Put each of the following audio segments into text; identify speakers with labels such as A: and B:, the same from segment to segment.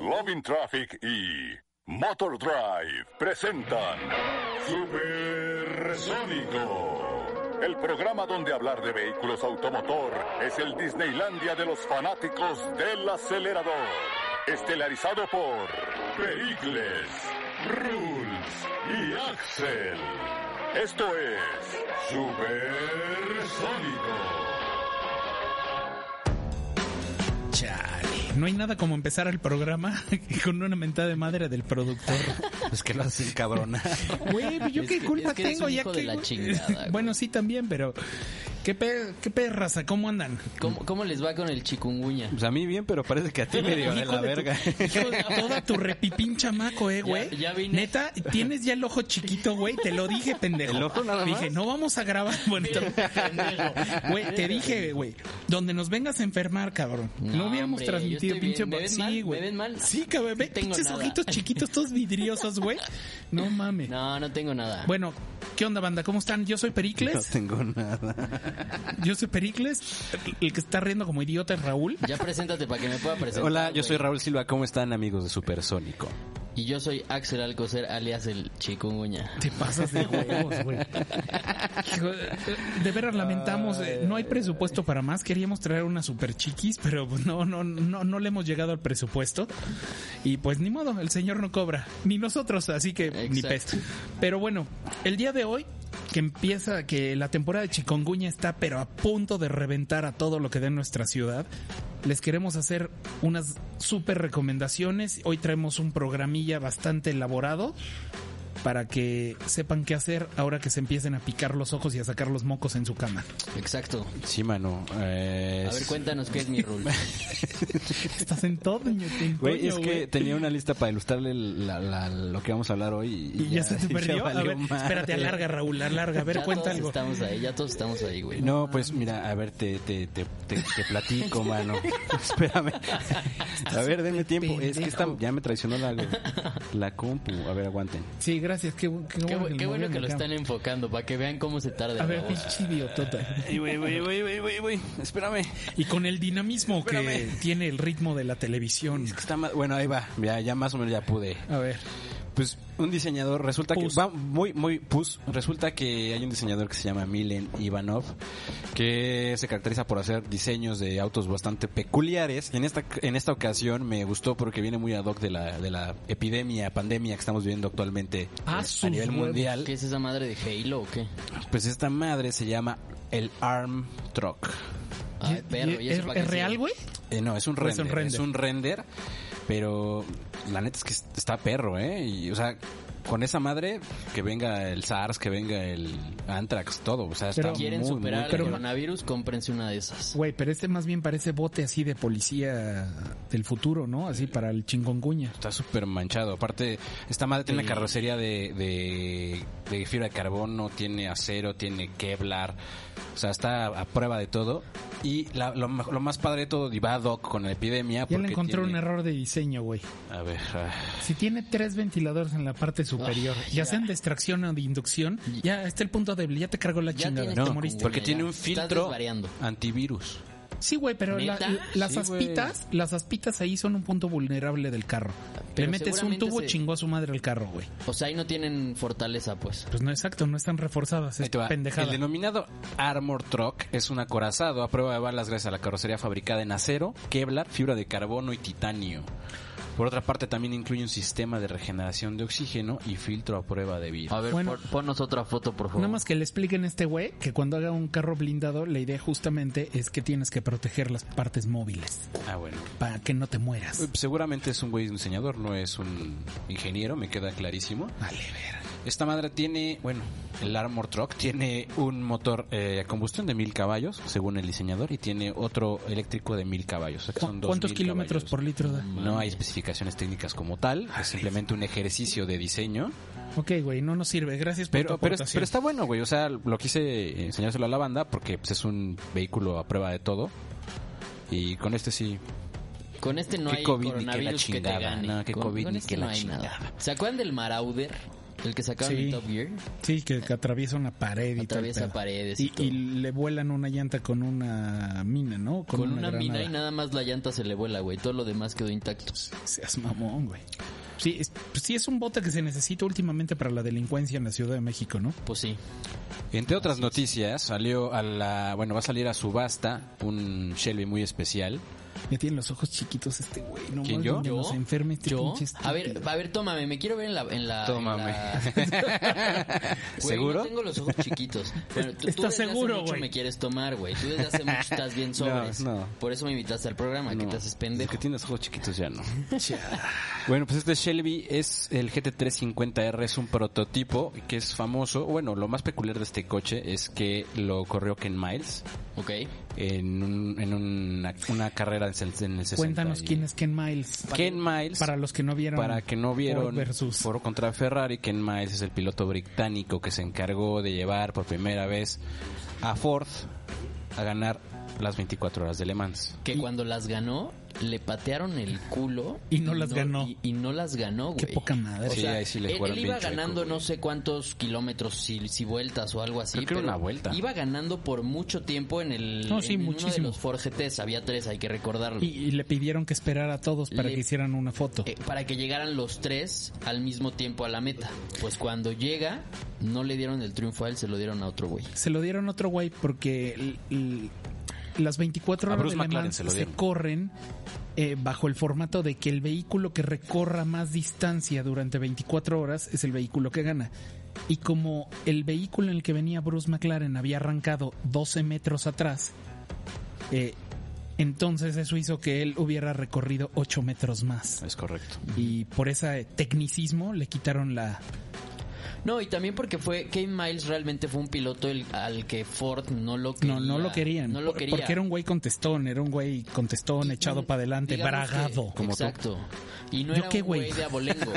A: Loving Traffic y Motor Drive presentan Supersónico. El programa donde hablar de vehículos automotor es el Disneylandia de los fanáticos del acelerador. Estelarizado por Pericles, Rules y Axel. Esto es Supersónico.
B: Chale, no hay nada como empezar el programa con una mentada de madre del productor.
C: Es que lo hacen cabrona.
B: Güey, yo
D: Es
B: qué
D: que-
B: culpa
D: es que eres
B: tengo
D: un
B: ya
D: hijo
B: que.
D: de la chingada, güey.
B: bueno, sí también, pero qué pe- qué perraza, ¿cómo andan?
D: ¿Cómo, ¿Cómo les va con el chikungunya?
C: Pues a mí bien, pero parece que a ti me dio de
B: Hijo
C: la
B: de tu-
C: verga.
B: hijo de toda tu repipín chamaco, eh, güey.
D: ya vine.
B: Neta, tienes ya el ojo chiquito, güey. Te lo dije, pendejo.
C: ¿El ojo nada más?
B: Dije, no vamos a grabar. Bueno,
D: pendejo.
B: güey, te dije, güey. Donde nos vengas a enfermar, cabrón. No,
D: No,
B: habíamos
D: hombre, yo
B: transmitido
D: estoy
B: pinche
D: bien. ¿Me
B: pa-
D: ven
B: sí,
D: mal?
B: güey.
D: ¿Me ven mal?
B: Sí, cabrón. Ve,
D: No tengo
B: pinches
D: nada.
B: ojitos chiquitos, todos vidriosos, güey. No mames.
D: No, no tengo nada.
B: Bueno, ¿qué onda, banda? ¿Cómo están? Yo soy
C: No
B: Pericles.
C: tengo nada.
B: Yo soy Pericles. El que está riendo como idiota es Raúl.
D: Ya preséntate para que me pueda presentar.
C: Hola, yo soy
D: güey.
C: Raúl Silva. ¿Cómo están, amigos de Supersónico?
D: Y yo soy Axel Alcocer, alias el chikungunya.
B: Te pasas de huevos, güey. Hijo, De veras lamentamos, eh, no hay presupuesto para más. Queríamos traer una super chiquis, pero pues, no, no, no, no le hemos llegado al presupuesto. Y pues ni modo, el señor no cobra, ni nosotros, así que ni
D: Exacto.
B: peste. Pero bueno, el día de hoy que empieza, que la temporada de chikungunya está pero a punto de reventar a todo lo que da en nuestra ciudad. Les queremos hacer unas super recomendaciones. Hoy traemos un programilla bastante elaborado para que sepan qué hacer ahora que se empiecen a picar los ojos y a sacar los mocos en su cama.
D: Exacto.
C: Sí, mano. eh,
D: A ver, cuéntanos qué es mi rule.
B: Estás en todo,
C: Güey, es que tenía una lista para ilustrarle la- la- lo que vamos a hablar hoy.
B: Y ya, se te
C: ya
B: perdió. A
C: valió
B: ver,
C: madre.
B: espérate, alarga, Raúl, alarga. A ver,
D: ya
B: cuenta
D: todos
B: algo.
D: estamos ahí, ya todos estamos ahí, güey.
C: No, pues mira, a ver, te, te, te, te, te platico, mano. Espérame. A ver, denme tiempo. Es que esta- ya me traicionó la, la compu. A ver, aguanten.
B: Sí, gracias. Qué, bu-
D: Qué, bu-
B: bueno,
D: qué bueno que lo
B: movieron
D: están
B: acá.
D: enfocando, para que vean cómo se tarda.
B: A
D: la
B: ver,
D: voz.
B: pinche idiotota.
C: Ay, güey, güey, güey, güey, güey, güey. Espérame.
B: Y con el dinamismo que
C: Espérame.
B: tiene el ritmo de la televisión.
C: Es que está más- bueno, ahí va. Ya, ya más o menos ya pude.
B: A ver,
C: Pues un diseñador resulta
B: Pus.
C: que va muy muy pus, resulta que hay un diseñador que se llama Milen Ivanov que se caracteriza por hacer diseños de autos bastante peculiares. En esta en esta ocasión me gustó porque viene muy ad hoc de la de la epidemia, pandemia que estamos viviendo actualmente
B: Ah,
C: eh, a
B: sus
C: nivel
B: huevos.
C: mundial.
D: ¿Qué es esa madre de Halo o qué?
C: Pues esta madre se llama el ARM Truck.
D: Ay,
B: ¿Y-
D: perro,
B: y-
D: ¿y
B: ¿es,
D: eso para qué
B: es
D: sirve?
B: real, güey?
C: Eh, no, es un
B: Pues
C: render,
B: un render.
C: Es un render, pero la neta es que está perro, ¿eh? Y, o sea, con esa madre, que venga el SARS, que venga el Anthrax, todo. O sea, está
B: Pero-
D: ¿Quieren
C: muy, muy
D: superar el
C: perro.
D: coronavirus? Cómprense una de esas.
B: Güey, pero este más bien parece bote así de policía del futuro, ¿no? Así para el chingonguña.
C: Está súper manchado. Aparte, esta madre tiene una carrocería de, de, de fibra de carbono, tiene acero, tiene Kevlar. O sea, está a prueba de todo. Y la- lo, mej- lo más padre de todo, y va ad hoc con la epidemia.
B: Ya le
C: porque
B: encontré un
C: tiene-
B: error de diseño, güey.
C: A ver, ah.
B: Si tiene tres ventiladores en la parte superior,
D: Ay,
B: ya
D: ya.
B: sean de extracción o de inducción, ya está el punto débil, ya te cargó la
D: Ya
B: chingada,
D: tienes
B: te
C: No,
B: moriste.
C: porque
D: Ya,
C: tiene un
D: estás
C: filtro
D: desvariando.
C: antivirus.
B: Sí, güey, pero la-
D: ¿Neta?
B: las
C: Sí, güey.
B: aspitas, las aspitas ahí son un punto vulnerable del carro.
D: Pero
B: le metes un
D: seguramente
B: tubo,
D: se-
B: chingó a su madre el carro, güey.
D: O sea, ahí no tienen fortaleza, pues.
B: Pues no, exacto, no están reforzadas,
C: Ahí
B: es
C: te va. El
B: pendejada.
C: denominado Armor Truck es un acorazado a prueba de balas gracias a la carrocería fabricada en acero, Kevlar, fibra de carbono y titanio. Por otra parte, también incluye un sistema de regeneración de oxígeno y filtro a prueba de
D: A
C: vida.
D: ver,
B: Bueno.
D: pon- ponnos otra foto, por favor.
B: Nada más que le expliquen a este güey que cuando haga un carro blindado, la idea justamente es que tienes que proteger las partes móviles
C: Ah, bueno.
B: para que no te mueras.
C: Seguramente es un güey diseñador, no es un ingeniero, me queda clarísimo.
B: Vale, ver.
C: Esta madre tiene, bueno, el Armor Truck tiene un motor eh, a combustión de mil caballos, según el diseñador, y tiene otro eléctrico de mil caballos. o sea que son
B: ¿Cu- ¿Cuántos
C: 2000
B: kilómetros
C: caballos.
B: por litro da?
C: No hay especificaciones técnicas como tal, es simplemente un ejercicio de diseño.
B: Ok, güey, no nos sirve. Gracias por tu
C: Pero, pero, es-
B: aportación.
C: pero está bueno, güey. O sea, lo quise enseñárselo a la banda porque pues, es un vehículo a prueba de todo. Y con este sí.
D: Con este no
C: Qué
D: hay
C: COVID ni que la
D: coronavirus que,
C: chingada,
D: te gane.
C: no, qué
D: con,
C: COVID
D: con
C: ni
D: este
C: que la
D: no hay nada.
C: chingada.
D: ¿Se acuerdan del Marauder? El que sacaron
B: Sí.
D: en Top Gear.
B: Sí, que, que atraviesa una pared y tal.
D: Atraviesa
B: pedo.
D: paredes y
B: Y,
D: todo.
B: y le vuelan una llanta con una mina, ¿no?
D: Con, una, mina
B: granada.
D: y nada más la llanta se le vuela, güey. Todo lo demás quedó intacto.
B: Seas mamón, güey. Sí es, pues sí, es un bote que se necesita últimamente para la delincuencia en la Ciudad de México, ¿no?
D: Pues sí.
C: Entre otras noticias, salió a la. Bueno, va a salir a subasta un Shelby muy especial.
B: Ya tiene los ojos chiquitos este güey. No
C: ¿Quién,
B: mames,
C: yo?
B: donde
D: ¿Yo?
B: nos enferme este
D: ¿Yo?
B: pinche estúpido.
D: A ver, a ver, tómame. Me quiero ver en la... En la en
C: Tómame.
D: la- Güey,
C: ¿Seguro?
D: no tengo los ojos chiquitos. Bueno, tú, tú
B: ¿Estás
D: desde hace
B: seguro,
D: mucho
B: güey?
D: me quieres tomar, güey. Tú desde hace mucho estás bien sobres.
C: No, no.
D: Por eso me invitaste al programa, que
C: No,
D: te haces
C: desde
D: pendejo.
C: Que tienes ojos chiquitos ya no. bueno, pues este Shelby es el GT350R, es un prototipo que es famoso. Bueno, lo más peculiar de este coche es que lo corrió Ken Miles
D: Ok.
C: en, un- en una, una carrera en el, en el 60.
B: Cuéntanos
C: y-
B: quién es Ken Miles.
C: Ken Miles.
B: Para los que no vieron.
C: Para que no vieron
B: Ford versus.
C: Ford contra Ferrari, Ken Miles es el piloto británico que se encargó de llevar por primera vez a Ford a ganar las 24 horas de Le Mans.
D: Que cuando las ganó, le patearon el culo.
B: Y no las ganó.
D: Y, y no las ganó, güey.
B: Qué poca madre.
D: O
C: Sí,
D: sea,
C: ahí sí le
D: él- él,
C: jugaron
D: iba
C: bien chueco,
D: ganando
C: güey.
D: no sé cuántos kilómetros, si, si vueltas o algo así.
C: Creo que era
D: pero
C: una vuelta.
D: Iba ganando por mucho tiempo en el.
B: No, sí,
D: en Uno
B: muchísimo.
D: de los Ford GTs, había tres, hay que recordarlo.
B: Y, y le pidieron que esperara a todos para
D: Le-
B: que hicieran una foto.
D: Eh, para que llegaran los tres al mismo tiempo a la meta. Pues cuando llega, no le dieron el triunfo a él, se lo dieron a otro güey.
B: Se lo dieron a otro güey porque l- l- las 24
C: A
B: horas
C: Bruce
B: de Le
C: McLaren
B: Mans
C: se lo
B: se
C: dieron.
B: corren eh, bajo el formato de que el vehículo que recorra más distancia durante 24 horas es el vehículo que gana. Y como el vehículo en el que venía Bruce McLaren había arrancado 12 metros atrás, eh, entonces eso hizo que él hubiera recorrido 8 metros más.
C: Es correcto.
B: Y por ese tecnicismo le quitaron la...
D: No, y también porque fue Kane Miles realmente fue un piloto el- al que Ford no lo quería.
B: No, no lo querían.
D: No lo
B: Por-
D: quería.
B: Porque era un güey contestón, era un güey contestón, echado para adelante,
D: Mm, Digamos que-
B: bragado.
D: exacto. Y no
B: ¿Yo
D: era
B: qué,
D: un güey
B: güey?
D: de abolengo.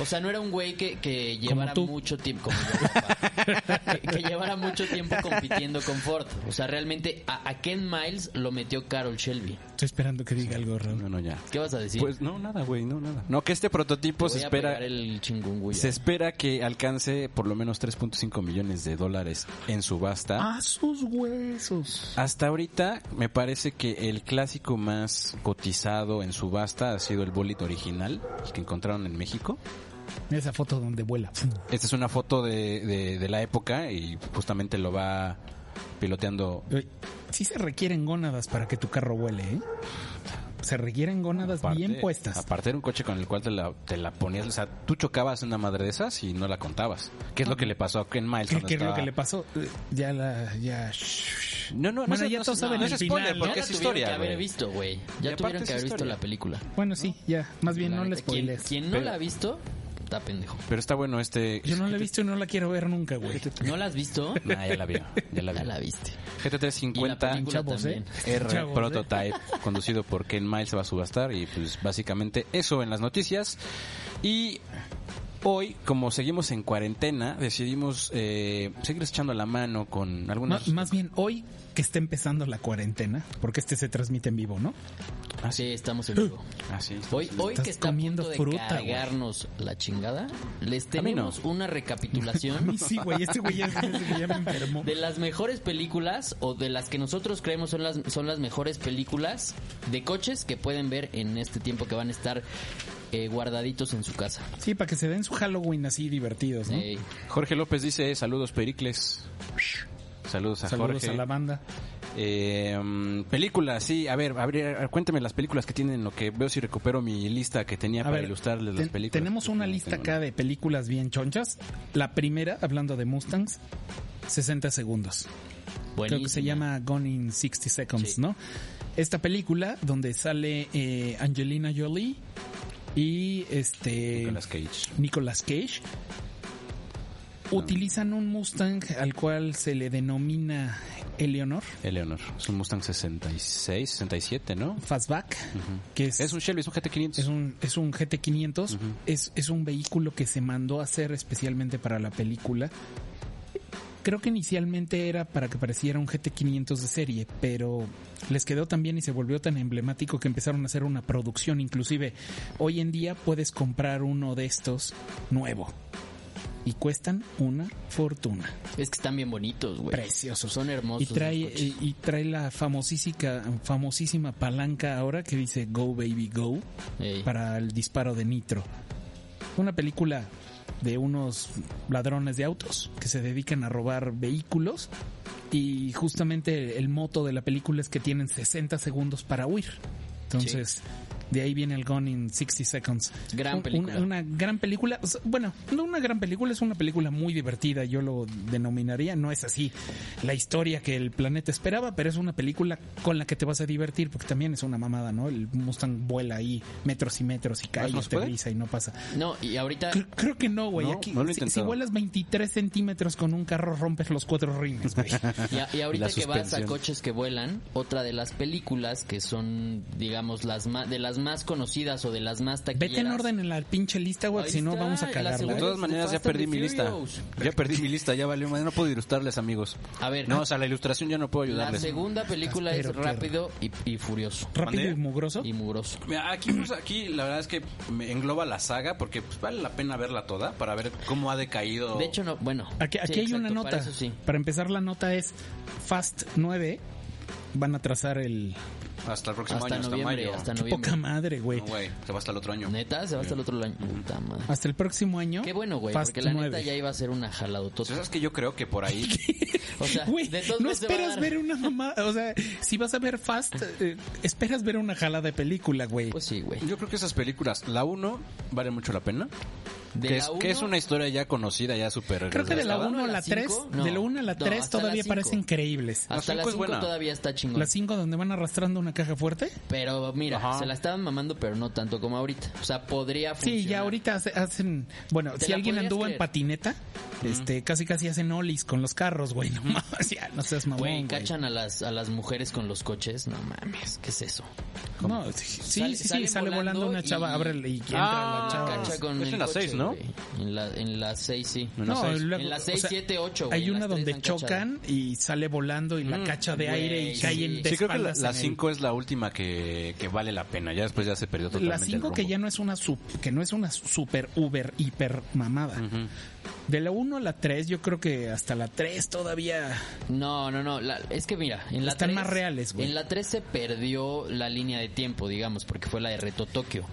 D: O sea, no era un güey que, que llevara
B: tú.
D: mucho tiempo. como yo, papá. que, que llevara mucho tiempo compitiendo con Ford. O sea, realmente a, a Ken Miles lo metió Carol Shelby.
B: Estoy esperando que diga algo, Raúl.
C: No, no, ya.
D: ¿Qué vas a decir?
C: Pues no, nada, güey, no, nada. No, que este prototipo
D: Voy
C: se
D: a
C: espera,
D: pegar el chingunguya.
C: se espera que alcance por lo menos 3.5 millones de dólares en subasta.
B: A sus huesos.
C: Hasta ahorita me parece que el clásico más cotizado en subasta ha sido el bolit original, el que encontraron en México.
B: Esa foto donde vuela.
C: Esta es una foto de, de- de la época y justamente lo va piloteando.
B: Uy, Sí se requieren gónadas para que tu carro vuele, ¿eh? Se requieren gónadas
C: aparte-
B: bien puestas.
C: Aparte era un coche con el cual te la, te la ponías, o sea, tú chocabas una madre de esas y no la contabas. ¿Qué es lo que le pasó a Ken Miles?
B: ¿Qué,
C: cuando
B: qué es lo
C: estaba-
B: que le pasó? Eh, Ya la... Ya... shh.
C: No, no,
B: Bueno,
C: no,
B: ya
C: no,
B: todos
C: no,
B: saben
C: no
B: el
C: es spoiler,
B: final, ¿no?
C: porque
D: Ya
C: es
D: la tuvieron
C: historia.
D: que haber
C: güey.
D: visto, güey.
C: Y
D: Ya
C: aparte
D: tuvieron
C: es
D: que haber visto
C: historia.
D: la película.
B: Bueno, sí, ya. Más bien
D: La
B: no
D: neta,
B: les spoiles.
D: Quien, quien no la ha visto, está pendejo.
C: Pero está bueno este.
B: Yo no la he visto y no la quiero ver nunca, güey.
D: ¿No la has visto?
C: Nah, ya la vio, ya la
D: Ya
C: vio.
D: la viste. Y la
C: GT350
D: película
B: Chavos, ¿eh?
D: también.
C: R
B: Chavos, ¿eh?
C: Prototype, conducido por Ken Miles, se va a subastar. Y pues básicamente eso en las noticias. Y hoy, como seguimos en cuarentena, decidimos eh, seguir echando la mano con
B: Ma-
C: algunas.
B: más bien hoy que está empezando la cuarentena, porque este se transmite en vivo, ¿no?
C: Ah,
D: Sí, estamos en vivo.
C: Ah, sí.
D: Hoy, hoy
B: Estás
D: que está
B: comiendo
D: a punto de
B: fruta, güey.
D: cargarnos la chingada, les
C: A mí no.
D: tenemos una recapitulación
B: Y sí, güey, este güey ya, este güey ya me enfermó.
D: de las mejores películas o de las que nosotros creemos son las son las mejores películas de coches que pueden ver en este tiempo que van a estar eh, guardaditos en su casa.
B: Sí, para que se den su Halloween así divertidos, ¿no?
D: Eh,
C: Jorge López dice: Saludos, Pericles. Saludos a
B: Saludos
C: Jorge.
B: a la banda.
C: Eh, mm, películas, sí. A ver, a ver, cuénteme las películas que tienen, lo que veo si recupero mi lista que tenía
B: A
C: para
B: ver,
C: ilustrarles las
B: ten-
C: películas.
B: Tenemos una
C: No
B: lista
C: tengo
B: acá de películas bien chonchas. La primera, hablando de Mustangs, 60 segundos. Creo que se
D: buenísima.
B: llama Gone in 60 Seconds,
D: Sí.
B: ¿no? Esta película donde sale eh, Angelina Jolie y este
C: Nicolas Cage.
B: Nicolas Cage Utilizan un Mustang al cual se le denomina Eleonor
C: Eleonor. Es un Mustang 66, 67, ¿no?
B: Fastback, que es,
C: Es un Shelby, es un GT500.
B: es un, es un GT500, es, es un vehículo que se mandó a hacer especialmente para la película. Creo que inicialmente era para que pareciera un GT500 de serie, pero les quedó tan bien y se volvió tan emblemático que empezaron a hacer una producción. Inclusive, hoy en día puedes comprar uno de estos nuevo. Y cuestan una fortuna.
D: Es que están bien bonitos, güey.
B: Preciosos.
D: Son hermosos.
B: Y trae,
D: los coches.
B: y, y trae la famosísica, famosísima palanca ahora que dice Go Baby Go
D: Ey.
B: eh, para el disparo de Nitro. Una película de unos ladrones de autos que se dedican a robar vehículos y justamente el moto de la película es que tienen 60 segundos para huir. Entonces, de ahí viene el Gone in 60 Seconds.
D: Gran
B: Un-
D: película.
B: Una, una gran película, o sea, bueno, no una gran película, es una película muy divertida, yo lo denominaría, no es así la historia que el planeta esperaba, pero es una película con la que te vas a divertir, porque también es una mamada, ¿no? El Mustang vuela ahí metros y metros y cae
C: ¿Ah,
B: y
C: no se puede?
B: aterriza y no pasa.
D: No, y ahorita
B: Cre- Creo que no, güey.
C: No,
B: Aquí,
C: no lo he
B: si- si,
C: intentado.
B: vuelas 23 centímetros con un carro, rompes los cuatro rines, güey.
D: Y, a- y ahorita
C: La
D: que vas a
C: suspensión.
D: coches que vuelan, otra de las películas que son, digamos, las ma- de las más conocidas o de las más taquilleras.
B: Vete en orden en la pinche lista, güey,
D: Ahí
B: si no
D: está,
B: vamos a
D: la
C: De
D: segunda.
B: cagarla.
C: todas maneras, ya
D: Fast and
C: perdí
D: the
C: mi lista.
D: Furious.
C: Ya perdí mi lista, ya valió. madre, No puedo ilustrarles, amigos.
D: A ver. ah,
C: No, o sea, la ilustración ya no puedo
D: La
C: ayudarles.
D: segunda película
B: Pero
D: es
B: qué
D: Rápido y, y Furioso.
B: Rápido y
C: ¿Mandé?
B: mugroso.
D: Y mugroso.
C: Mira, aquí, pues, aquí la verdad es que me engloba la saga porque pues, vale la pena verla toda para ver cómo ha decaído.
D: De hecho, no, bueno.
B: Aquí,
D: sí,
B: aquí hay una
D: exacto,
B: nota.
D: Para
B: Para,
D: eso sí.
B: empezar, la nota es Fast 9. Van a trazar el...
C: hasta el próximo
D: Hasta
C: año, hasta
D: noviembre,
C: mayo.
D: hasta
B: Qué
D: noviembre.
B: poca madre, güey.
C: No, güey, se va hasta el otro año.
D: Neta, se va hasta el otro año. Puta madre.
B: Hasta el próximo año.
D: Qué bueno, güey,
B: ¿Ah, Fast
D: porque la
B: 9.
D: neta ya iba a ser una
C: O sea,
D: jaladotota.
C: Pues, ¿Sabes que yo creo que por ahí
D: O sea,
B: Güey,
D: de todos
B: no
D: modos se va a
B: esperas
D: dar.
B: ver una mamá, o sea, si vas a ver Fast, eh, esperas ver una jala de película, güey.
D: Pues sí, güey.
C: Yo creo que esas películas, la 1 vale mucho la pena.
D: De
C: Que
D: la
C: es,
D: uno-
C: que es una historia ya conocida, ya súper.
B: Creo que de la
D: ¿Hasta
B: 1 a
D: abajo?
B: la
D: ¿La cinco?
B: 3,
D: No.
B: de la 1 a la
D: No,
B: 3
D: hasta la
B: todavía
D: cinco. Ah,
B: parecen creíbles.
D: Hasta
C: La
D: la
C: cinco es
D: 5
C: buena.
D: todavía está chingón.
B: La 5 donde van arrastrando una caja fuerte.
D: Pero mira,
C: Ajá.
D: se la estaban mamando, pero no tanto como ahorita. O sea, podría funcionar.
B: Sí, ya ahorita hace- hacen, bueno,
D: Te
B: si
D: la
B: alguien
D: podrías
B: anduvo en
D: creer.
B: patineta, este, casi casi hacen olis con los carros, güey, no mames, ya, no seas mamón,
D: Güey,
B: güey.
D: cachan a las, a las mujeres con los coches. No mames, ¿qué es eso?
B: No, sí,
D: Sale-
B: sí, sí,
D: salen
B: sale volando,
D: volando
B: una chava,
D: y-
B: ábrele y entra
C: Ah,
B: la
D: La
B: chava.
D: cacha con
C: Es
D: el
C: en las
D: coche,
C: seis, ¿no?
D: güey. En la- en las 6, sí.
C: No, no, seis.
B: luego,
D: En las
B: o
D: seis,
B: sea,
D: siete, ocho, güey,
B: Hay
D: en
B: una
D: las tres
B: donde
D: han cachado.
B: chocan y sale volando y la cacha de
D: güey,
B: aire y
D: sí.
B: caen de
C: Sí, creo que la-
B: espaldas
C: la
B: en el-
C: 5 es la última que, que vale la pena. Ya después ya se perdió
B: La
C: totalmente.
B: 5 que ya no es una sub, que no es una super uber hiper mamada. De la 1 a la 3 yo creo que hasta la 3 todavía
D: No, no, no. la- es que mira, en la
B: Están
D: tres-
B: más reales, güey.
D: En la 3 se perdió la línea de tiempo, digamos, porque fue la de Reto Tokio.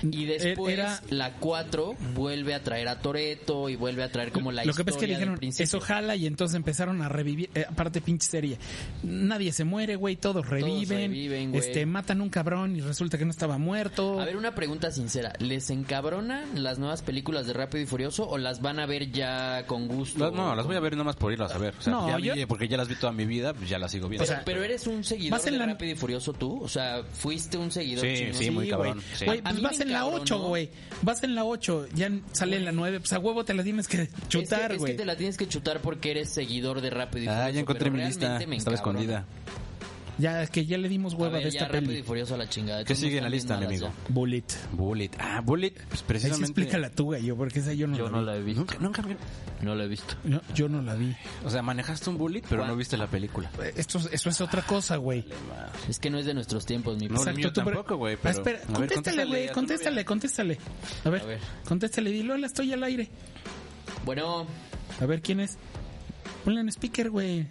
D: Y después
B: Eh, Era-
D: la 4 vuelve a traer a Toreto y vuelve a traer como la
B: Lo que
D: historia
B: pasa es que
D: del
B: dijeron,
D: principio.
B: eso jala y entonces empezaron a revivir, eh, aparte pinche serie. Nadie se muere, güey, todos reviven.
D: reviven, güey.
B: este matan un cabrón y resulta que no estaba muerto.
D: A ver, una pregunta sincera. ¿Les encabronan las nuevas películas de Rápido y Furioso o las van a ver ya con gusto?
C: No, no, las voy a ver nomás por irlas a ver. O sea,
B: No,
C: ya vi-
B: yo-
C: porque ya las vi toda mi vida, pues ya las sigo viendo.
D: Pero, pero eres un seguidor
B: vas en
D: de
B: la-
D: Rápido y Furioso tú, o sea, fuiste un seguidor
C: Sí,
D: chingón?
C: sí, muy cabrón,
B: güey.
C: sí.
B: Güey,
D: A
B: pues
D: mí
B: vas
D: me
B: en la
D: encabronó.
B: 8, güey. Vas en la 8, ya sale en la 9, pues a huevo te la tienes que
D: es que,
B: chutar,
D: es que
B: güey.
D: te la tienes que chutar porque eres seguidor de Rápido y Furioso.
C: ah, ya encontré
D: pero
C: mi lista.
D: realmente me
C: Estaba
D: encabrona.
C: escondida.
B: Ya que ya le dimos
D: A
B: hueva
D: ver,
B: de
D: ya,
B: esta
D: Rápido y
B: peli.
D: Furioso a la chingada.
C: ¿Qué
D: Todos
C: sigue en la
D: están bien
C: lista, mi
D: malas
C: amigo?
B: Bullet.
C: Bullet. Ah, Bullet, pues
B: Ahí sí
C: precisamente.
B: explica la tuya, yo, porque esa yo no
D: ya. Yo
B: la
D: no
B: vi.
D: la he visto.
C: Nunca, nunca. vi-
D: No la he visto.
B: No, yo no la vi.
C: O sea, manejaste un bullet, pero
D: ¿Cuál?
C: no viste la película.
B: Eh, Esto, es- eso es otra cosa, güey.
D: Es que no es de nuestros tiempos, mi
C: No,
D: padre.
C: el mío
B: tú, pero-
C: tampoco, güey,
B: Ah,
C: pero-
B: espera,
C: A ver,
B: contéstale,
C: contéstale
B: güey,
C: a tu
B: contéstale,
C: novia.
B: contéstale. A ver,
D: A ver.
B: contéstale, dilo, hola, estoy al aire.
D: Bueno,
B: A ver, ¿quién es? Ponle en speaker, güey.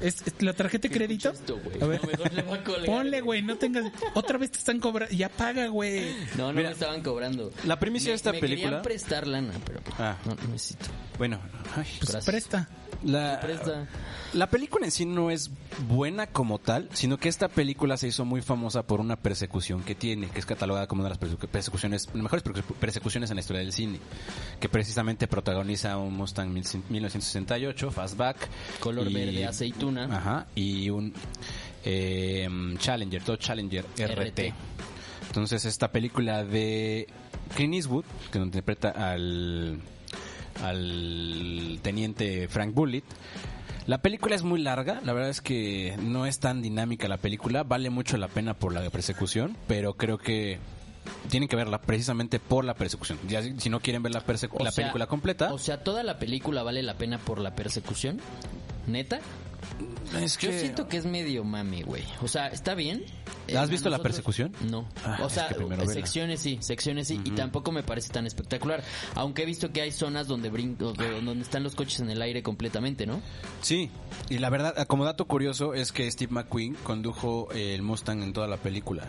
B: ¿Es, es la tarjeta de crédito?
D: esto, güey.
B: A ver.
D: No, mejor le voy a colgar,
B: Ponle, güey, no tengas... Otra vez te están cobrando. Ya paga, güey.
D: no, no
C: Mira,
D: me estaban cobrando.
C: la primicia
D: Me-
C: de esta
D: me
C: película-
D: Querían prestar lana, pero pues
C: Ah.
D: no, no necesito.
C: Bueno, ay,
B: Pues
D: Gracias.
B: presta.
C: la,
D: Presta.
C: La película en sí no es buena como tal, sino que esta película se hizo muy famosa por una persecución que tiene, que es catalogada como una de las persecu- persecuciones, mejores perse- persecuciones en la historia del cine, que precisamente protagoniza un Mustang 1968, Fastback,
D: Color
C: y-
D: verde, aceituna.
C: ajá, y un eh, Challenger, todo Challenger
D: RT.
C: RT. Entonces esta película de Clint Eastwood, que interpreta al al teniente Frank Bullitt. La película es muy larga, la verdad es que no es tan dinámica la película, vale mucho la pena por la persecución, pero creo que tienen que verla precisamente por la persecución. Ya si si no quieren ver la, persecu-
D: O
C: la
D: sea-
C: película completa,
D: O sea, toda la película vale la pena por la persecución. ¿Neta?
C: es
D: Yo siento que es medio mame, güey. O sea, está bien. Eh,
C: ¿Has
D: a
C: visto la persecución?
D: No.
C: Ah,
D: o
C: es
D: sea,
C: que primero
D: eh,
C: vela.
D: secciones sí, secciones sí. Y tampoco me parece tan espectacular. Aunque he visto que hay zonas donde, brin- o- o- donde están los coches en el aire completamente, ¿no?
C: Sí, y la verdad, ah, como dato curioso, es que Steve McQueen condujo eh, el Mustang en toda la película.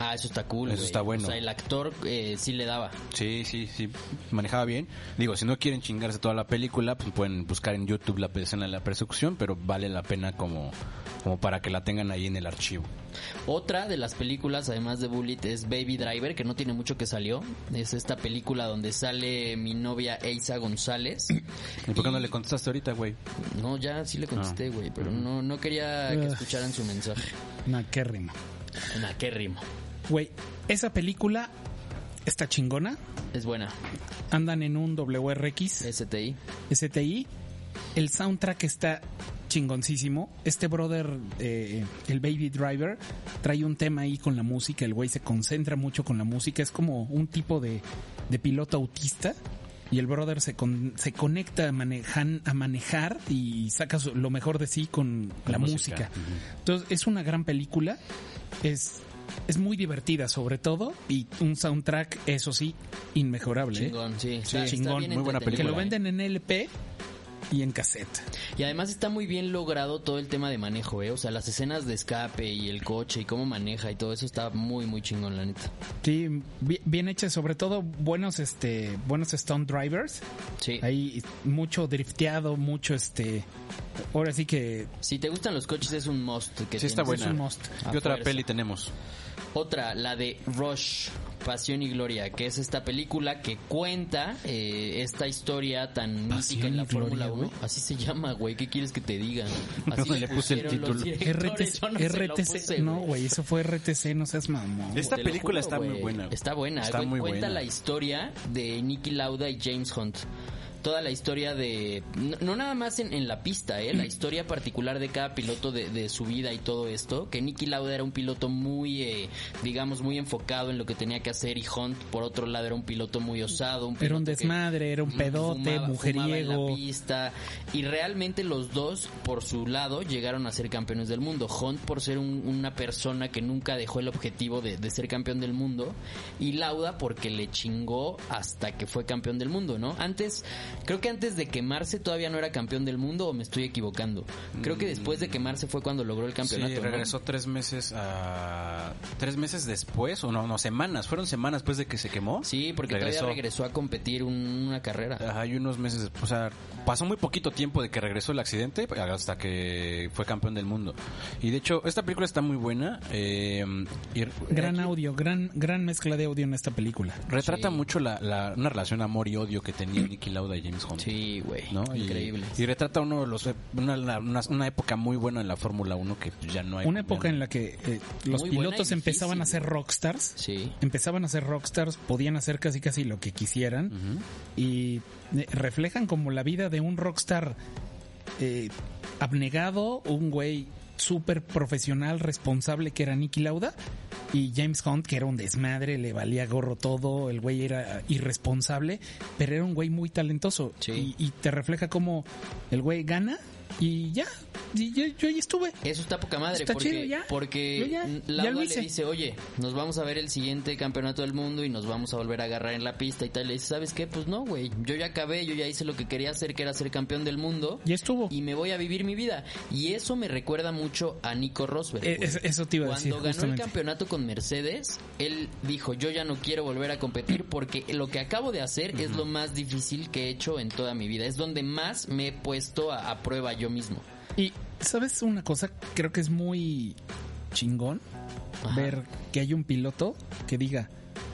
D: Ah, eso está cool.
C: Eso
D: güey.
C: está bueno.
D: O sea, el actor eh, sí le daba.
C: Sí, sí, sí, manejaba bien. Digo, si no quieren chingarse toda la película, pues pueden buscar en YouTube la escena de la persecución, pero vale la pena como, como para que la tengan ahí en el archivo.
D: Otra de las películas, además de Bullet, es Baby Driver, que no tiene mucho que salió. Es esta película donde sale mi novia Eisa González.
C: ¿Y por qué no le contestaste ahorita, güey?
D: No, ya sí le contesté, güey, pero no, no quería que
B: Ugh.
D: escucharan su mensaje.
B: Nah, qué rima.
D: Nah, qué rimo.
B: Güey, esa película está chingona.
D: Es buena.
B: Andan en un WRX
D: STI.
B: STI. El soundtrack está chingoncísimo. Este brother, eh, el Baby Driver, trae un tema ahí con la música. El güey se concentra mucho con la música. Es como un tipo de, de piloto autista. Y el brother se, con- se conecta a, manejan, a manejar y saca su- lo mejor de sí con la, música.
C: música.
B: Entonces, es una gran película. Es, es muy divertida, sobre todo. Y un soundtrack, eso sí, inmejorable. ¿eh?
D: Chingón, sí.
B: Sí,
D: está- está
B: chingón,
D: bien
C: muy buena
D: entretenida.
B: Que lo
C: película,
D: ¿eh?
B: venden en LP y en cassette.
D: Y además está muy bien logrado todo el tema de manejo, ¿eh? O sea, las escenas de escape y el coche y cómo maneja y todo eso está muy, muy chingón, la neta.
B: Sí, bi- bien hecha, sobre todo buenos este buenos Stone Drivers.
D: Sí.
B: Hay mucho drifteado, mucho este ahora sí que
D: Si te gustan los coches, es un must. Que
C: Sí, está
D: tienes.
B: es
C: buena.
B: un must.
D: A
C: ¿Qué otra
D: fuerza.
C: peli tenemos?
D: Otra, la de Rush, Pasión y Gloria, que es esta película que cuenta eh, esta historia tan mítica
B: Pasión
D: en la
B: y Gloria,
D: Fórmula 1.
B: güey.
D: Así se llama, güey. ¿Qué quieres que te diga? Así
C: le puse el
D: pusieron los
C: título.
B: RTC,
D: directores, yo no se lo
B: RTC,
D: puse,
B: no, güey, eso fue RTC, no seas mamón.
C: Esta
D: Te lo
C: película está muy
D: güey.
C: buena.
D: Está buena.
C: Está
D: güey.
C: muy
D: Cuenta
C: buena.
D: la historia de Nicky Lauda y James Hunt. Toda la historia de... No, no nada más en, en la pista, ¿eh? La historia particular de cada piloto de, de su vida y todo esto. Que Nicky Lauda era un piloto muy, eh, digamos, muy enfocado en lo que tenía que hacer. Y Hunt, por otro lado, era un piloto muy osado. Un
B: Era un
D: piloto que
B: desmadre, era un pedote,
D: Mm, fumaba- fumaba en la
B: mujeriego.
D: pista. Y realmente los dos, por su lado, llegaron a ser campeones del mundo. Hunt por ser un- una persona que nunca dejó el objetivo de, de ser campeón del mundo. Y Lauda porque le chingó hasta que fue campeón del mundo, ¿no? Antes, creo que antes de quemarse todavía no era campeón del mundo o me estoy equivocando. Creo que después de quemarse fue cuando logró el campeonato.
C: Mm. Sí,
D: ¿no?
C: regresó tres meses a... Tres meses después, o no, no, semanas. Fueron semanas después de que se quemó.
D: Sí, porque todavía regresó a competir un- una carrera.
C: Ajá, y unos meses después, o sea, pasó muy poquito tiempo de que regresó el accidente hasta que fue campeón del mundo. Y de hecho, esta película está muy buena. eh, y
B: Gran audio, gran gran mezcla de audio en esta película.
C: retrata
D: Sí.
C: mucho la, la- una relación amor y odio que tenía Nicky Lauda y James Hunt.
D: Sí, güey.
C: ¿no? Y-
D: Increíble.
C: Y, retrata uno de los eh, una, la- una, una época muy buena en la Fórmula 1 que ya no hay.
B: Una época en la que eh, los
D: Muy buena y
B: pilotos empezaban a
D: difícil.
B: ser rockstars.
D: Sí.
B: empezaban a ser rockstars, podían hacer casi casi lo que quisieran
D: Mm.
B: y eh, reflejan como la vida de un rockstar eh, abnegado, un güey súper profesional, responsable que era Nicky Lauda y James Hunt que era un desmadre, le valía gorro todo, el güey era irresponsable, pero era un güey muy talentoso
D: Sí.
B: y, y te refleja como el güey gana y ya, y yo, yo ahí estuve.
D: Eso está poca madre,
B: Está
D: porque,
B: chido, ya.
D: porque
B: Yo ya,
D: n-
B: ya
D: Lauda
B: lo
D: le
B: hice.
D: dice, oye, nos vamos a ver el siguiente campeonato del mundo y nos vamos a volver a agarrar en la pista y tal. Le dice, ¿sabes qué? Pues no, güey, yo ya acabé, yo ya hice lo que quería hacer, que era ser campeón del mundo
B: Ya estuvo.
D: y me voy a vivir mi vida. Y eso me recuerda mucho a Nico Rosberg.
B: Eh,
D: güey.
B: es- eso te iba a
D: Cuando
B: decir,
D: ganó
B: justamente.
D: el campeonato con Mercedes, él dijo, yo ya no quiero volver a competir porque lo que acabo de hacer es lo más difícil que he hecho en toda mi vida. Es donde más me he puesto a- a prueba yo mismo.
B: Y sabes una cosa, creo que es muy chingón
D: Ajá.
B: ver que hay un piloto que diga,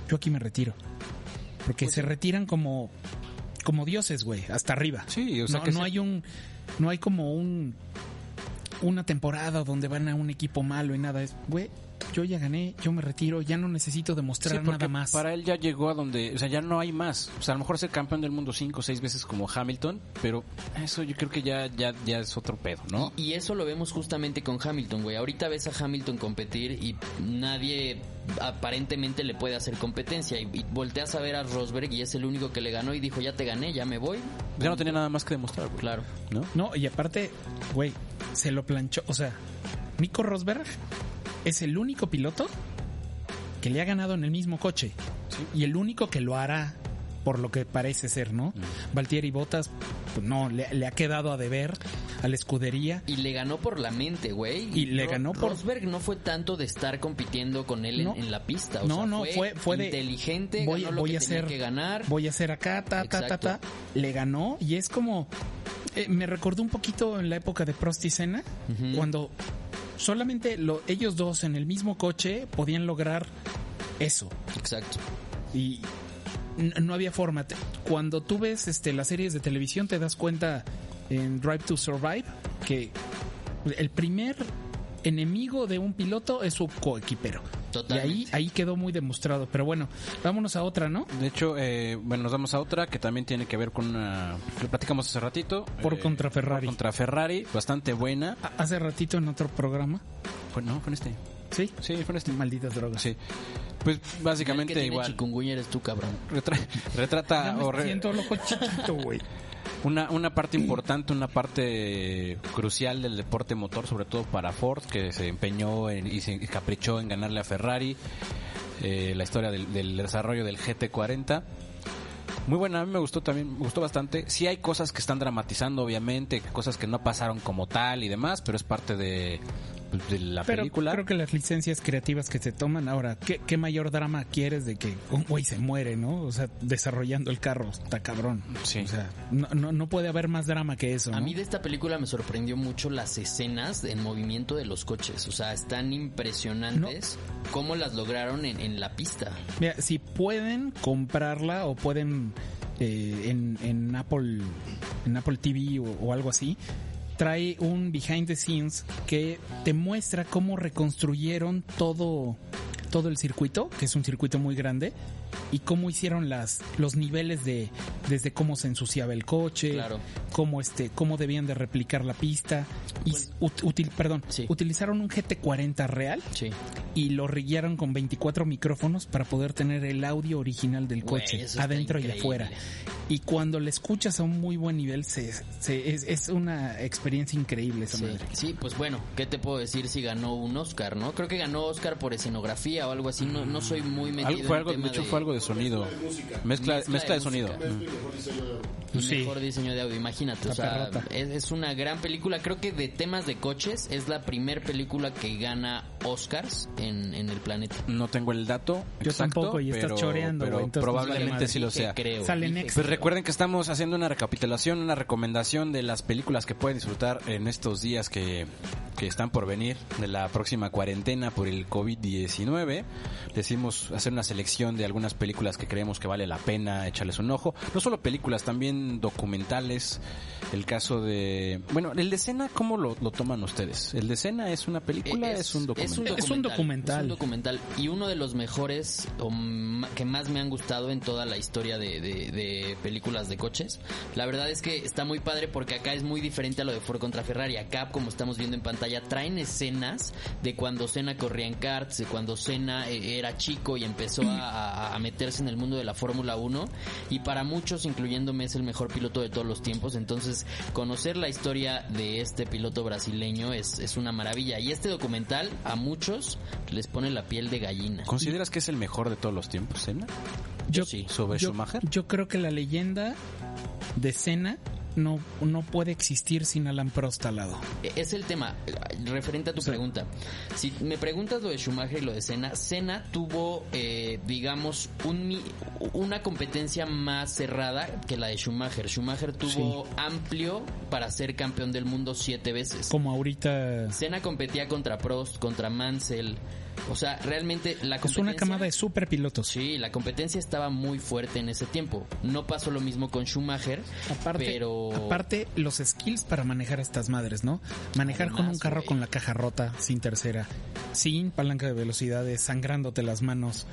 B: yo aquí me retiro. Porque
C: Pues
B: se retiran como, como dioses, güey, hasta arriba.
C: Sí, o sea
B: no,
C: que
B: no
C: se-
B: hay un, no hay como un, una temporada donde van a un equipo malo y nada, es, güey, yo ya gané, yo me retiro, ya no necesito demostrar
C: Sí, porque
B: nada más.
C: Para él ya llegó a donde, o sea, ya no hay más. O sea, a lo mejor ser campeón del mundo cinco o seis veces como Hamilton, pero eso yo creo que ya, ya, ya es otro pedo, ¿no?
D: Y eso lo vemos justamente con Hamilton, güey. Ahorita ves a Hamilton competir y nadie aparentemente le puede hacer competencia. Y, y volteas a ver a Rosberg y es el único que le ganó y dijo, ya te gané, ya me voy.
C: Ya no tenía nada más que demostrar, güey.
D: Claro.
C: ¿No?
B: No, y aparte, güey, se lo planchó. O sea, Nico Rosberg es el único piloto que le ha ganado en el mismo coche. Y el único que lo hará, por lo que parece ser, ¿no? Valtieri Botas, pues no, le, le ha quedado a deber a la escudería.
D: Y le ganó por la mente, güey.
B: Y le ganó por-
D: Rosberg no fue tanto de estar compitiendo con él en-
B: No.
D: en, la pista. O
B: No,
D: sea,
B: no, fue- fue de-
D: inteligente,
B: voy-
D: ganó lo
B: voy
D: que
B: a
D: tenía
B: hacer-
D: que ganar.
B: Voy a hacer acá, ta, ta, ta, ta.
D: Exacto.
B: Le ganó y es como. eh, me recordó un poquito en la época de Prost y Senna, cuando solamente lo- ellos dos en el mismo coche podían lograr eso.
D: Exacto.
B: y n- no había forma. Te- Cuando tú ves este, las series de televisión te das cuenta en Drive to Survive que el primer enemigo de un piloto es su coequipero.
D: Totalmente.
B: Y ahí, ahí quedó muy demostrado. Pero bueno, vámonos a otra, ¿no?
C: De hecho, eh, bueno, nos vamos a otra que también tiene que ver con una... Lo platicamos hace ratito.
B: Por
C: Eh,
B: contra Ferrari.
C: por contra Ferrari, bastante buena.
B: A- Hace ratito en otro programa.
C: Fue- no, con este.
B: Sí.
C: Sí, fue en este.
B: Malditas drogas.
C: Sí. Pues
D: El que
C: básicamente
D: tiene
C: igual.
D: chikungunya eres tú, cabrón.
C: Retra- retrata
B: Ya me
C: o re-
B: siento loco chiquito, güey.
C: Una, una parte importante, una parte crucial del deporte motor, sobre todo para Ford, que se empeñó en- y se caprichó en ganarle a Ferrari. eh, la historia del, del desarrollo del GT40. Muy buena, a mí me gustó también, me gustó bastante. Sí hay cosas que están dramatizando, obviamente, cosas que no pasaron como tal y demás, pero es parte de, pues, de la
B: Pero
C: película.
B: creo que las licencias creativas que se toman ahora, ¿qué, qué mayor drama quieres de que un güey se muere, no? O sea, desarrollando el carro, está cabrón.
C: Sí.
B: O sea, no, no, no puede haber más drama que eso.
D: A
B: ¿no?
D: mí de esta película me sorprendió mucho las escenas en movimiento de los coches. O sea, están impresionantes cómo las lograron en, en la pista.
B: Mira, si pueden comprarla o pueden eh, en, en Apple en Apple TV o, o algo así trae un behind the scenes que te muestra cómo reconstruyeron todo todo el circuito, que es un circuito muy grande, y cómo hicieron las los niveles de desde cómo se ensuciaba el coche,
D: Claro.
B: cómo este cómo debían de replicar la pista y
D: Pues-
B: ut- util- perdón,
D: Sí.
B: utilizaron un GT40 real
D: Sí.
B: y lo rillaron con 24 micrófonos para poder tener el audio original del
D: Güey,
B: coche,
D: eso está
B: adentro y
D: increíble.
B: afuera. Y cuando le escuchas a un muy buen nivel, se, se- es, es una experiencia increíble esa
D: Sí,
B: madre.
D: sí, pues bueno, ¿qué te puedo decir si ganó un Oscar, no? Creo que ganó Oscar por escenografía o algo así. No, no soy muy metido
C: Algo- fue
D: en
C: algo,
D: tema
C: de hecho
D: de
C: fue algo de sonido. Mezcla,
D: Mezcla de
C: mezcla, de sonido.
D: música.
C: Mm.
B: pues Sí.
D: mejor diseño de audio. Imagínate, o
B: Está
D: sea,
B: perrota.
D: es, es una gran película. Creo que de temas de coches es la primer película que gana Oscars en, en el planeta.
C: No tengo el dato.
B: Yo
C: exacto,
B: tampoco, y estás
C: pero-
B: choreando,
C: pero
B: güey, entonces nos vale
C: probablemente
B: madre.
C: sí lo
D: Dije,
C: sea.
D: Creo.
B: Salen
D: Dije,
B: extra.
C: Pues recuerden que estamos haciendo una recapitulación, una recomendación de las películas que pueden disfrutar en estos días que, que están por venir de la próxima cuarentena por el COVID-19. Decimos hacer una selección de algunas películas que creemos que vale la pena echarles un ojo. No solo películas, también documentales. El caso de... Bueno, el de Cena, ¿cómo lo, lo toman ustedes? ¿El de Cena es una película? Es, un documental.
B: Es un documental.
D: Es un documental. Y uno de los mejores o ma- que más me han gustado en toda la historia de, de- de películas de coches. La verdad es que está muy padre porque acá es muy diferente a lo de Ford contra Ferrari. Acá, como estamos viendo en pantalla, traen escenas de cuando Senna corría en karts, de cuando Senna eh, era chico y empezó a, a- a meterse en el mundo de la Fórmula 1. Y para muchos, incluyéndome, es el mejor piloto de todos los tiempos. Entonces, conocer la historia de este piloto brasileño es, es una maravilla. Y este documental a muchos les pone la piel de gallina.
C: ¿Consideras que es el mejor de todos los tiempos, Cena?
D: Yo sí.
C: ¿Sobre
B: yo,
C: Schumacher?
B: yo creo que la leyenda de Cena no, no puede existir sin Alan Prost al lado.
D: Es el tema, eh, referente a tu pregunta. Si me preguntas lo de Schumacher y lo de Senna, Senna tuvo, eh, digamos, un, mi- una competencia más cerrada que la de Schumacher. Schumacher tuvo amplio para ser campeón del mundo siete veces.
B: Como ahorita...
D: Senna competía contra Prost, contra Mansell, O sea, realmente la
B: Es una
D: competencia-
B: camada de super pilotos.
D: Sí, la competencia estaba muy fuerte en ese tiempo. No pasó lo mismo con Schumacher,
B: Aparte,
D: pero
B: aparte, los skills para manejar a estas madres, ¿no? Manejar con
D: Además,
B: un carro
D: güey.
B: con la caja rota, sin tercera, sin palanca de velocidades, sangrándote las manos.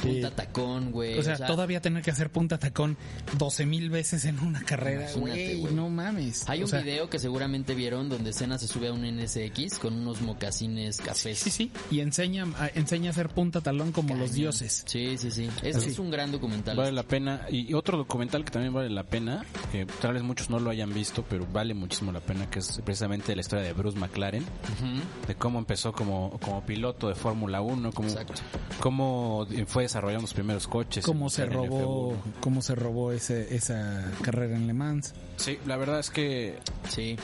D: punta
B: Eh,
D: tacón, güey.
B: o, sea, todavía tener que hacer punta tacón 12 mil veces en una carrera.
D: Imagínate,
B: Güey,
D: güey.
B: no mames.
D: Hay
B: O
D: un
B: sea,
D: video que seguramente vieron donde Cena se sube a un NSX con unos mocasines cafés.
B: Sí, sí. Y enseña, a- enseña a hacer punta talón como los
D: Cañón.
B: dioses.
D: Sí, sí, sí. Es,
B: Sí.
D: es un gran documental.
C: Vale la pena. Y y otro documental que también vale la pena, que tal vez muchos no lo hayan visto, pero vale muchísimo la pena, que es precisamente la historia de Bruce McLaren,
D: Ujú.
C: de cómo empezó como, como piloto de Fórmula 1, cómo,
D: Exacto.
C: cómo fue desarrollando los primeros coches.
B: Cómo
C: en-
B: se
C: en el
B: robó,
C: F1.
B: cómo se robó ese, esa carrera en Le Mans.
C: Sí, la verdad es que
D: Sí.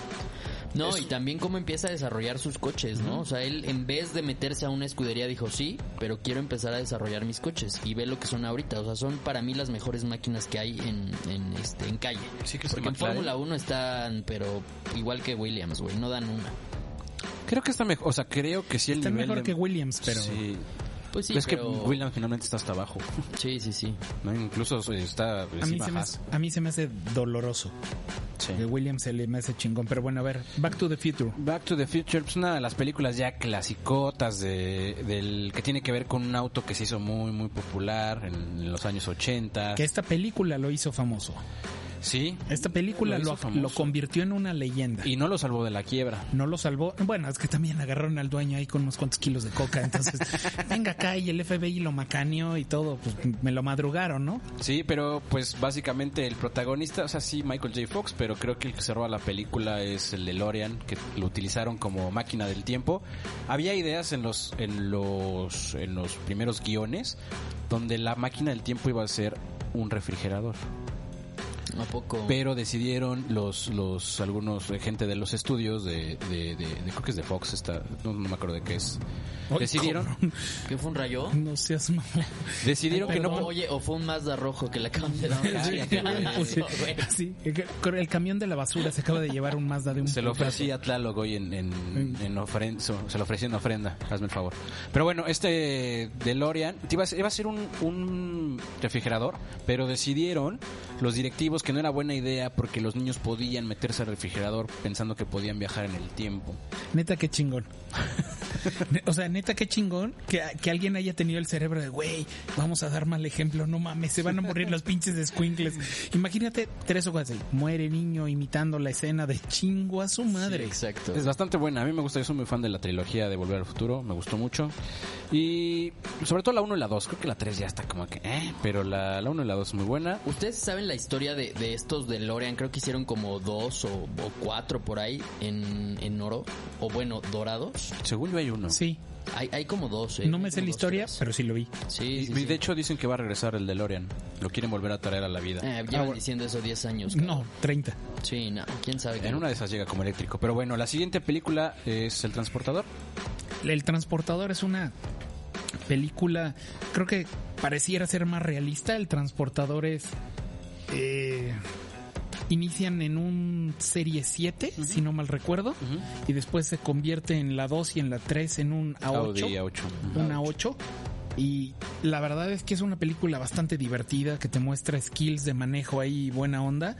D: No, y también cómo empieza a desarrollar sus coches, ¿no? O sea, él en vez de meterse a una escudería dijo, sí, pero quiero empezar a desarrollar mis coches. Y ve lo que son ahorita. O sea, son para mí las mejores máquinas que hay en, en, este, en calle.
C: Sí, que es
D: Porque en
C: McLaren.
D: Fórmula 1 están, pero igual que Williams, güey, no dan una.
C: creo que está mejor, o sea, creo que sí el
B: Está
C: nivel
B: mejor
C: de-
B: que Williams, pero...
C: Sí.
D: Pues sí,
C: Pero es
D: pero...
C: que Williams finalmente está hasta abajo,
D: Sí, sí, sí.
C: ¿no? Incluso o sea, está
B: A mí,
C: encima
B: se me,
C: Haas.
B: a mí se me hace doloroso.
C: Sí.
B: De Williams se le me hace chingón. Pero bueno, a ver, Back to the Future.
C: Back to the Future es una de las películas ya clasicotas de, del que tiene que ver con un auto que se hizo muy muy popular en los años 80.
B: Que esta película lo hizo famoso.
C: Sí.
B: Esta película
C: Lo
B: lo,
C: hizo
B: lo
C: famoso.
B: convirtió en una leyenda.
C: Y no lo salvó de la quiebra.
B: no lo salvó. Bueno, es que también agarraron al dueño ahí con unos cuantos kilos de coca. Entonces, venga acá y el FBI lo macaneó y todo. Pues me lo madrugaron, ¿no?
C: Sí, pero pues básicamente el protagonista, o sea, sí Michael J. Fox, pero creo que el que se roba la película es el de Lorian, que lo utilizaron como máquina del tiempo. Había ideas en los en los en los primeros guiones donde la máquina del tiempo iba a ser un refrigerador.
D: ¿A poco?
C: pero decidieron los los algunos eh, gente de los estudios de, de, de- de- creo que es de Fox está no, no me acuerdo de qué es
B: Ay,
C: decidieron
D: ¿Qué fue un rayo?
B: cabrón, No seas malo.
C: decidieron que no
D: Perdón, Oye, o fue un Mazda rojo que le acaban de dar.
C: Cállate, güey.
D: Eso, güey.
B: Pues Sí, el camión de la basura se acaba de llevar un Mazda de un
C: se lo ofrecía a Tlaloc hoy en, en, en ofrenda, se lo ofrecí en ofrenda, hazme el favor. Pero bueno, este DeLorean te iba a ser, iba a ser un, un refrigerador, pero decidieron los directivos que no era buena idea porque los niños podían meterse al refrigerador pensando que podían viajar en el tiempo.
B: Neta, qué chingón. Ne- O sea, neta, qué chingón que, que alguien haya tenido el cerebro de, güey, vamos a dar mal ejemplo, no mames, se van a morir los pinches escuincles. Imagínate tres hojas de muere niño imitando la escena de chingo a su madre.
D: Exacto.
C: Es bastante buena, a mí me gusta, yo soy muy fan de la trilogía de Volver al Futuro, me gustó mucho. Y sobre todo la 1 y la 2, creo que la 3 ya está como que, eh, pero la, la 1 y la 2 es muy buena.
D: Ustedes saben la historia de, de estos de Lorean, creo que hicieron como dos o, o cuatro por ahí en, en oro, o bueno, dorados.
C: Según yo hay uno.
B: Sí,
D: Hay, hay como dos, ¿eh?
B: no me
D: Hay
B: sé la
D: como dos,
B: historia,
D: tres.
B: pero sí lo vi.
D: Sí,
C: Y,
D: sí,
C: y
D: sí.
C: de hecho dicen que va a regresar el DeLorean, lo quieren volver a traer a la vida.
D: Eh, llevan diciendo eso 10 años.
B: No,
D: cabrón.
B: 30.
D: Sí, no, quién sabe.
C: En una de esas llega como eléctrico. Pero bueno, la siguiente película es El Transportador.
B: El transportador es una película, creo que pareciera ser más realista. El transportador es... eh, inician en un serie 7, si no mal recuerdo, y después se convierte en la 2 y en la 3 en un
C: Audi
B: A8,
C: A8.
B: una 8. Y la verdad es que es una película bastante divertida que te muestra skills de manejo ahí y buena onda.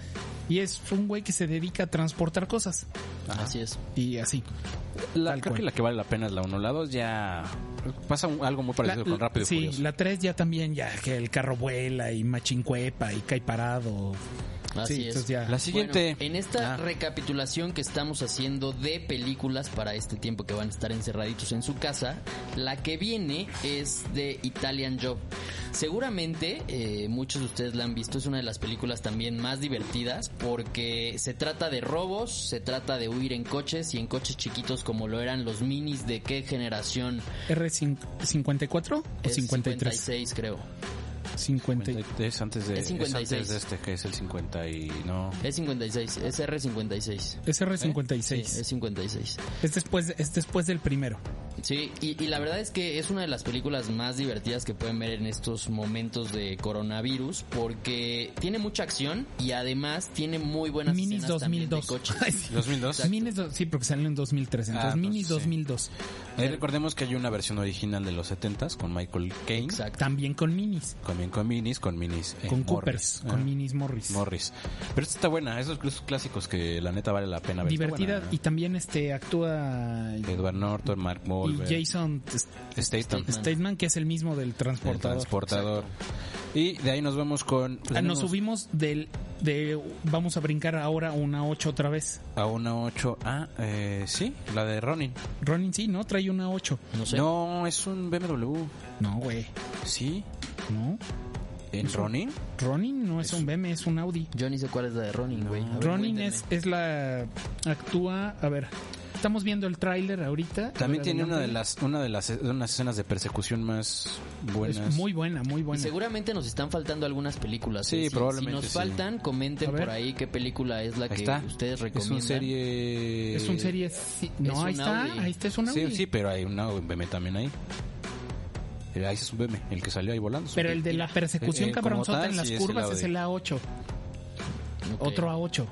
B: Y es un güey que se dedica a transportar cosas.
D: Así es.
B: Y así.
C: La,
B: Tal
C: creo que
B: cual.
C: la que vale la pena es la 1. La 2 ya pasa un- algo muy parecido
B: La-
C: con Rápido y
B: sí,
C: Furioso.
B: la 3 ya también, ya que el carro vuela y machincuepa y cae parado.
D: Así
B: Sí,
D: es.
B: entonces ya.
C: La siguiente...
D: Bueno, en esta
C: Ah.
D: recapitulación que estamos haciendo de películas para este tiempo que van a estar encerraditos en su casa, la que viene es de Italian Job. Seguramente eh, muchos de ustedes la han visto, es una de las películas también más divertidas porque se trata de robos, se trata de huir en coches y en coches chiquitos como lo eran los minis de qué generación.
B: R54 o 53?
D: Es 56 creo.
B: 50.
C: Es antes de,
D: Es 56.
C: es antes de este, que es el 50 y no.
D: Es 56, es R56.
B: Es R56.
D: Sí, es 56.
B: Es después, es después del primero.
D: Sí, y, y la verdad es que es una de las películas más divertidas que pueden ver en estos momentos de coronavirus porque tiene mucha acción y además tiene muy buenas
B: Minis
D: escenas también
B: 2002.
D: de coches.
B: Ay, sí.
C: 2002.
B: Minis do- sí, porque salió en 2003. Entonces,
C: Ah, entonces,
B: Minis
C: sí.
B: 2002.
C: Ahí recordemos que hay una versión original de los 70s con Michael Caine.
D: Exacto.
B: También con Minis.
C: También con Minis, con Minis. eh,
B: Con
C: Morris.
B: Coopers. Con
C: Ah,
B: Minis Morris.
C: Morris. Pero esta está buena, esos cl- clásicos que la neta vale la pena ver. Está
B: Divertida.
C: buena,
B: Y también este actúa.
C: ¿no? Edward Norton, Mark
B: Y
C: Wahlberg,
B: Jason
C: Statham,
D: Statham.
B: Statham, que es el mismo del
C: el
B: transportador.
C: transportador. Y de ahí nos vamos con...
B: Ah, Nos
C: tenemos
B: subimos del. De, vamos a brincar ahora una 8 otra vez.
C: A una 8 Ah, eh, sí, la de Ronin.
B: Ronin sí, ¿no? Trae una 8.
D: No sé.
C: No, es un BMW.
B: No, güey.
C: Sí,
B: No.
C: en Ronin.
B: Ronin no es, un BM, es un Audi.
D: Yo ni sé cuál es la de Ronin, güey. A ver,
B: Ronin
D: cuéntenme.
B: es, es la. Actúa. A ver. Estamos viendo el tráiler ahorita. A
C: También
B: ver,
C: tiene una de
B: adelante.
C: las una de las de unas escenas de persecución más buenas.
B: Es muy buena, muy
D: Y
B: buena.
D: Seguramente nos están faltando algunas películas.
C: Sí,
D: eh. Si-
C: probablemente
D: Si nos
C: sí.
D: faltan,
B: A
D: comenten
B: ver.
D: por ahí qué película es la
C: Ahí
D: que
C: está.
D: ustedes recomiendan.
C: Es un serie.
B: es un serie. sí,
D: es
B: no, ahí
D: un
B: está.
D: Audi.
B: Ahí está, es un Audi.
C: Sí, pues, sí, pero hay una- un BM también ahí. Eh, Ahí es un BM, el que salió ahí volando. es un
B: Pero
C: BM.
B: el de la persecución
C: Eh, eh, como
B: cabronzota
C: tal,
B: en las
C: sí, es el
B: curvas
C: Audi.
B: es el A8.
D: Ok.
B: Otro A8.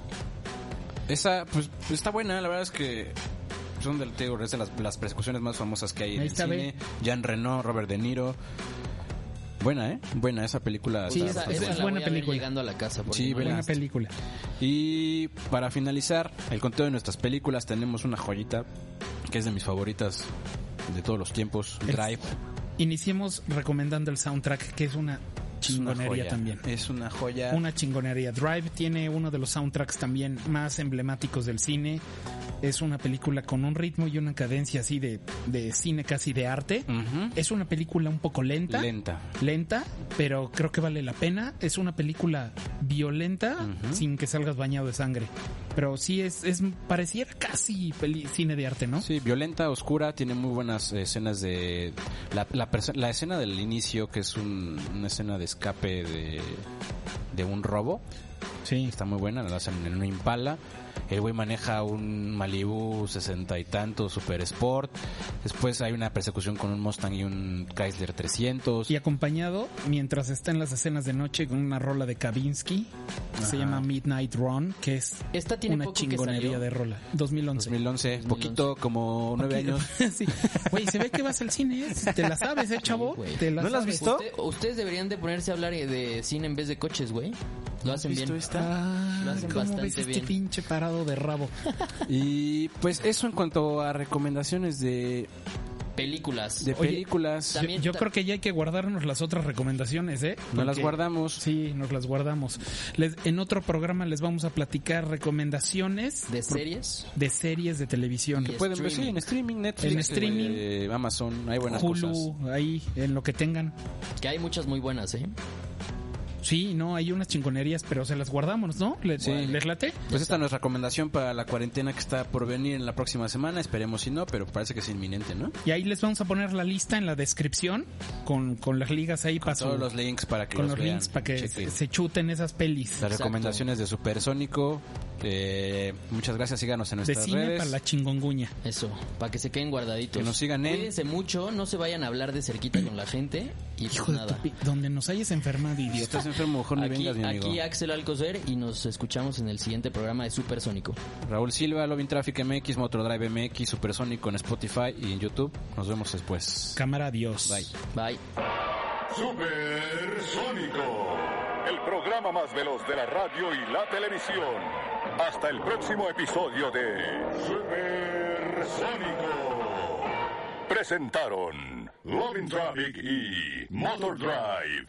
C: Esa, pues, pues, está buena, la verdad es que. Son del Teo, es de las, las persecuciones más famosas que hay en
B: Ahí
C: el
B: está,
C: cine.
B: ve.
C: Jean Reno, Robert De Niro. Buena, ¿eh? Buena, esa película.
B: Ah, pues Sí,
C: está
D: esa,
C: bastante
D: esa
C: buena.
D: es la buena película. llegando a la casa. porque
C: Sí,
D: no la
C: vela.
B: Buena película.
C: Y para finalizar el conteo de nuestras películas, tenemos una joyita que es de mis favoritas de todos los tiempos,
B: Es
C: Drive.
B: Iniciemos recomendando el soundtrack, que es una
C: es una
B: chingonería
C: joya. Eh,
B: también.
C: Es una joya.
B: Una chingonería. Drive tiene uno de los soundtracks también más emblemáticos del cine. Es una película con un ritmo y una cadencia así de, de cine casi de arte.
C: Ujú.
B: Es una película un poco lenta.
C: Mm. lenta.
B: lenta, pero creo que vale la pena. Es una película violenta
C: Ujú.
B: sin que salgas bañado de sangre. Pero sí es, es pareciera casi peli- cine de arte, ¿no?
C: Sí, violenta, oscura, tiene muy buenas eh, escenas de... La, la, perso- la escena del inicio, que es un- una escena de escape de, de un robo,
B: Sí.
C: está muy buena, la hacen en un impala. El güey maneja un Malibu sesenta y tanto, Super Sport. Después hay una persecución con un Mustang y un Chrysler 300.
B: Y acompañado, mientras está en las escenas de noche, con una rola de Kavinsky, que se
C: Ajá.
B: llama Midnight Run, que es
D: Esta tiene
B: una
D: poco que
B: chingonería
D: salió.
B: de rola. 2011.
C: 2011, poquito como nueve años.
B: sí. Güey, se ve que vas al cine, ¿eh? te la sabes, ¿eh, chavo?
D: güey.
B: ¿Te la
C: ¿No la has
B: sabes.
C: visto?
D: Usted- ustedes deberían de ponerse a hablar eh, de cine en vez de coches, güey. Lo hacen bien.
B: Ah,
D: Lo hacen
B: ¿Cómo
D: bastante
B: ves este
D: bien.
B: pinche parado de rabo?
C: Y pues eso en cuanto a recomendaciones de,
D: Películas.
C: de
B: Oye,
C: películas.
D: también-
B: Yo, yo creo que ya hay que guardarnos las otras recomendaciones, ¿eh?
C: no las
B: Porque-
C: guardamos.
B: Sí, nos las guardamos. Les- en otro programa les vamos a platicar recomendaciones
D: De series.
B: de series de televisión.
D: Y
C: Pueden ver, sí,
D: streaming.
C: en streaming, Netflix,
B: En streaming.
C: eh, Amazon, hay buenas
B: Hulu,
C: cosas. Pues
B: ahí, en lo que tengan.
D: Que hay muchas muy buenas, ¿eh?
B: Sí, no, hay unas chingonerías, pero se las guardamos, ¿no? ¿Les,
C: Sí.
B: ¿les late?
C: Pues esta es nuestra recomendación para la cuarentena que está por venir en la próxima semana. Esperemos si no, pero parece que es inminente, ¿no?
B: Y ahí les vamos a poner la lista en la descripción con, con las ligas ahí para
C: Todos
B: su-
C: los links para que
B: con
C: los,
B: los
C: vean,
B: links para que
C: chequen.
B: se, se chuten esas pelis.
C: Las
D: Exacto.
C: recomendaciones de Supersónico. Eh, muchas gracias, síganos en
B: De
C: nuestras
B: cine
C: redes.
B: para la chingonguña.
D: Eso, para que se queden guardaditos.
C: Que nos sigan en-
D: Cuídense mucho, no se vayan a hablar de cerquita con la gente. Y pues
B: Hijo de
D: nada.
B: tu pi- Donde nos hayas enfermado,
C: Si
B: idiota.
C: estás enfermo, mejor ni
D: Aquí,
C: vengas, mi amigo.
D: aquí Axel Alcocer y nos escuchamos en el siguiente programa de Supersónico.
C: Raúl Silva, Loving Traffic MX, Motordrive MX, Supersónico en Spotify y en YouTube. Nos vemos después.
B: Cámara, adiós.
C: Bye.
D: Bye.
A: Supersónico, el programa más veloz de la radio y la televisión. Hasta el próximo episodio de Supersónico. Presentaron Loving Traffic y Motor Drive.